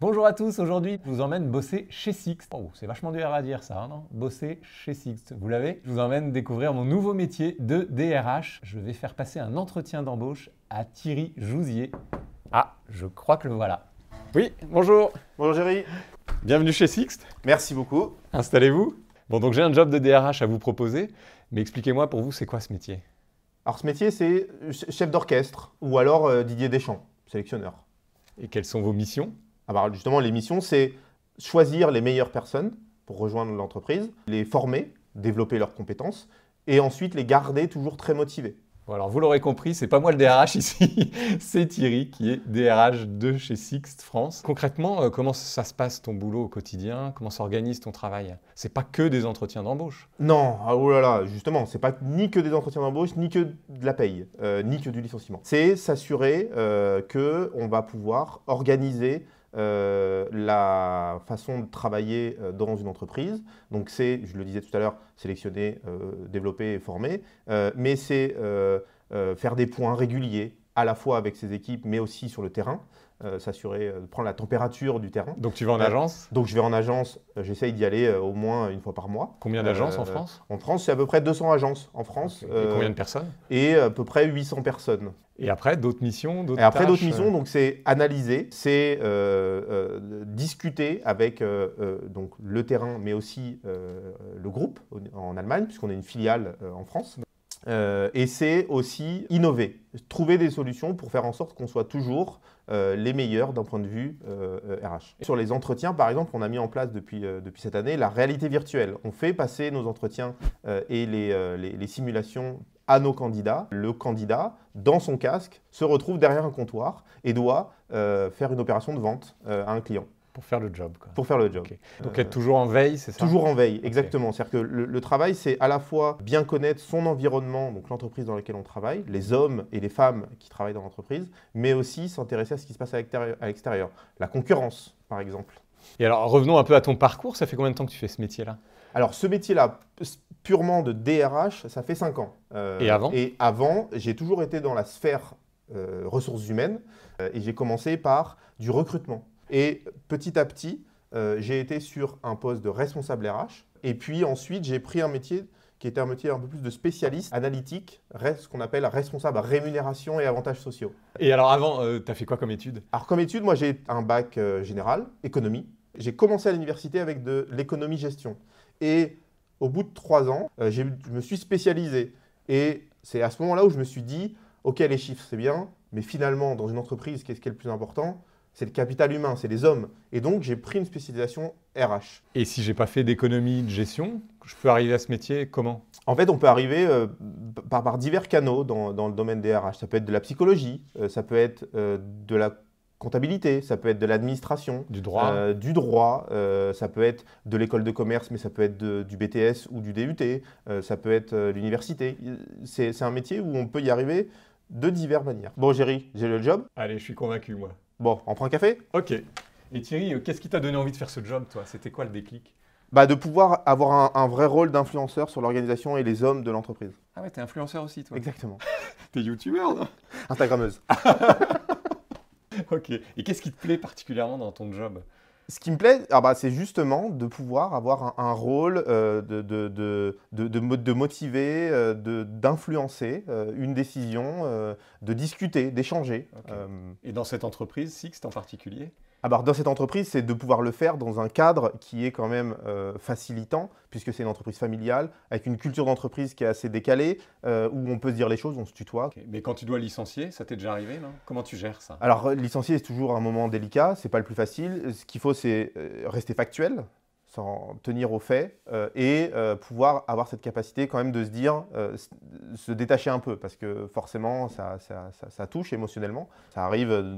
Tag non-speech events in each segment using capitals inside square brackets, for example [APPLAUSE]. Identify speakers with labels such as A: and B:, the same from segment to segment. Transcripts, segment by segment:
A: Bonjour à tous, aujourd'hui je vous emmène bosser chez Sixt. Oh, c'est vachement dur à dire ça, hein, non Bosser chez Sixt, vous l'avez Je vous emmène découvrir mon nouveau métier de DRH. Je vais faire passer un entretien d'embauche à Thierry Jouzier. Ah, je crois que le voilà. Oui, bonjour
B: Bonjour Géry.
A: Bienvenue chez Sixt,
B: Merci beaucoup.
A: installez-vous. Bon, donc j'ai un job de DRH à vous proposer, mais expliquez-moi pour vous, c'est quoi ce métier
B: Alors ce métier, c'est ch- chef d'orchestre ou alors euh, Didier Deschamps, sélectionneur.
A: Et quelles sont vos missions
B: Ah bah, justement, les missions, c'est choisir les meilleures personnes pour rejoindre l'entreprise, les former, développer leurs compétences et ensuite les garder toujours très motivés.
A: Bon, alors vous l'aurez compris, c'est pas moi le DRH ici, [LAUGHS] c'est Thierry qui est DRH de chez Sixt France. Concrètement, euh, comment ça se passe ton boulot au quotidien Comment s'organise ton travail C'est pas que des entretiens d'embauche.
B: Non, ah, oh là là, justement, c'est pas ni que des entretiens d'embauche, ni que de la paye, euh, ni que du licenciement. C'est s'assurer euh, que on va pouvoir organiser euh, la façon de travailler euh, dans une entreprise. Donc c'est, je le disais tout à l'heure, sélectionner, euh, développer et former, Euh, mais c'est euh, euh, faire des points réguliers à la fois avec ses équipes, mais aussi sur le terrain, euh, s'assurer euh, de prendre la température du terrain.
A: Donc tu vas en
B: Ouais.
A: agence
B: Donc je vais en agence, euh, j'essaye d'y aller euh, au moins une fois par mois.
A: Combien d'agences en
B: Euh,
A: France
B: En France, c'est à peu près 200 agences en France
A: Et
B: euh,
A: combien de personnes
B: et à peu près 800 personnes.
A: Et après, d'autres missions d'autres
B: Et après d'autres
A: tâches,
B: missions,
A: euh,
B: donc c'est analyser, c'est euh, euh, discuter avec euh, euh, donc le terrain, mais aussi euh, le groupe au- en Allemagne, puisqu'on a une filiale euh, en France. Euh, et c'est aussi innover, trouver des solutions pour faire en sorte qu'on soit toujours euh, les meilleurs d'un point de vue euh, euh, RH. Sur les entretiens, par exemple, on a mis en place depuis, euh, depuis cette année la réalité virtuelle. On fait passer nos entretiens euh, et les, euh, les- les simulations à nos candidats. Le candidat, dans son casque, se retrouve derrière un comptoir et doit euh, faire une opération de vente euh, à un client
A: pour faire le job. quoi.
B: pour faire le job.
A: Ok. Donc être toujours en veille, c'est ça
B: Euh, Toujours en veille, exactement. C'est-à-dire que le, le travail, c'est à la fois bien connaître son environnement, donc l'entreprise dans laquelle on travaille, les hommes et les femmes qui travaillent dans l'entreprise, mais aussi s'intéresser à ce qui se passe à l'extérieur- à l'extérieur. La concurrence, par exemple.
A: Et alors revenons un peu à ton parcours, ça fait combien de temps que tu fais ce métier-là
B: Alors, ce métier-là, p- purement de DRH, ça fait 5 ans. Euh,
A: Et avant
B: Et avant, j'ai toujours été dans la sphère euh, ressources humaines euh, et j'ai commencé par du recrutement. Et petit à petit, euh, j'ai été sur un poste de responsable RH. Et puis ensuite, j'ai pris un métier qui était un métier un peu plus de spécialiste, analytique, res- ce qu'on appelle responsable rémunération et avantages sociaux.
A: Et alors avant, euh, t'as fait quoi comme étude
B: Alors comme étude, moi j'ai un bac euh, général, économie. J'ai commencé à l'université avec de l'économie-gestion. Et au bout de trois ans, euh, j'ai- je me suis spécialisé. Et c'est à ce moment-là où je me suis dit, OK, les chiffres, c'est bien, mais finalement, dans une entreprise, qu'est-ce qui est le plus important C'est le capital humain, c'est les hommes. Et donc, j'ai pris une spécialisation RH.
A: Et si j'ai pas fait d'économie de gestion, je peux arriver à ce métier comment
B: En fait, on peut arriver euh, par, par divers canaux dans, dans le domaine des RH. Ça peut être de la psychologie, euh, ça peut être euh, de la comptabilité, ça peut être de l'administration,
A: Du droit
B: Euh, du droit, euh, ça peut être de l'école de commerce, mais ça peut être de- du BTS ou du DUT, euh, ça peut être euh, l'université. C'est c'est un métier où on peut y arriver de diverses manières. Bon, Géry, j'ai le job.
A: Allez, je suis convaincu moi.
B: Bon, on prend un café
A: Ok. Et Thierry, euh, qu'est-ce qui t'a donné envie de faire ce job, toi C'était quoi le déclic
B: bah, De pouvoir avoir un, un vrai rôle d'influenceur sur l'organisation et les hommes de l'entreprise.
A: Ah ouais, t'es influenceur aussi, toi.
B: Exactement.
A: T'es youtubeur, non
B: [LAUGHS] Instagrammeuse.
A: Ok. Et qu'est-ce qui te plaît particulièrement dans ton job
B: Ce qui me plaît, ah bah, c'est justement de pouvoir avoir un, un rôle euh, de, de, de- de- de mo- de motiver, euh, de- d'influencer euh, une décision, euh, de discuter, d'échanger.
A: Ok.
B: Euh,
A: Et dans cette entreprise, Sixt en particulier
B: Ah bah, dans cette entreprise, c'est de pouvoir le faire dans un cadre qui est quand même euh, facilitant, puisque c'est une entreprise familiale, avec une culture d'entreprise qui est assez décalée, euh, où on peut se dire les choses, on se tutoie.
A: Ok. Mais quand tu dois licencier, ça t'est déjà arrivé, non Comment tu gères ça
B: Alors, euh, licencier, c'est toujours un moment délicat, c'est pas le plus facile. Euh, Ce qu'il faut, c'est euh, rester factuel, s'en tenir aux faits, euh, et euh, pouvoir avoir cette capacité quand même de se dire, euh, s- se détacher un peu, parce que forcément, ça, ça- ça- ça touche émotionnellement. Ça arrive euh,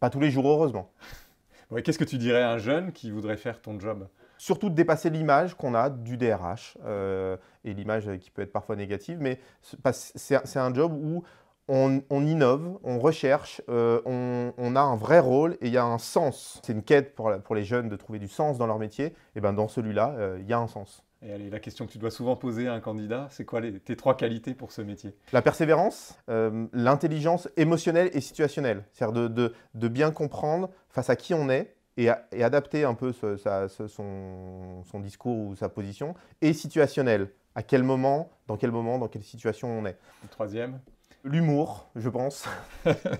B: pas tous les jours, heureusement.
A: Ouais, Qu'est-ce que tu dirais à un jeune qui voudrait faire ton job
B: surtout de dépasser l'image qu'on a du DRH, euh, et l'image euh, qui peut être parfois négative, mais c'est pas- c'est un- c'est un job où on, on innove, on recherche, euh, on, on a un vrai rôle et il y a un sens. C'est une quête pour, la- pour les jeunes de trouver du sens dans leur métier, et ben dans celui-là, euh, il y a un sens.
A: Et allez, la question que tu dois souvent poser à un candidat, c'est quoi les- tes trois qualités pour ce métier
B: La persévérance, euh, l'intelligence émotionnelle et situationnelle, c'est-à-dire de, de- de bien comprendre face à qui on est, et, a- et adapter un peu ce- sa- ce- son, son discours ou sa position, et situationnel. À quel moment, dans quel moment, dans quelle situation on est.
A: Le troisième.
B: L'humour, je pense,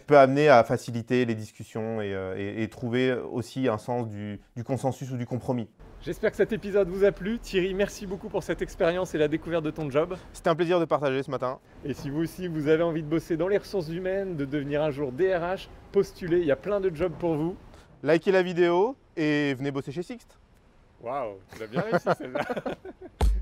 B: peut amener à faciliter les discussions et, euh, et- et trouver aussi un sens du- du consensus ou du compromis.
A: J'espère que cet épisode vous a plu. Thierry, merci beaucoup pour cette expérience et la découverte de ton job.
B: C'était un plaisir de partager ce matin.
A: Et si vous aussi, vous avez envie de bosser dans les ressources humaines, de devenir un jour DRH, postulez, il y a plein de jobs pour vous.
B: Likez la vidéo et venez bosser chez Sixt.
A: Waouh, tu as bien réussi celle-là.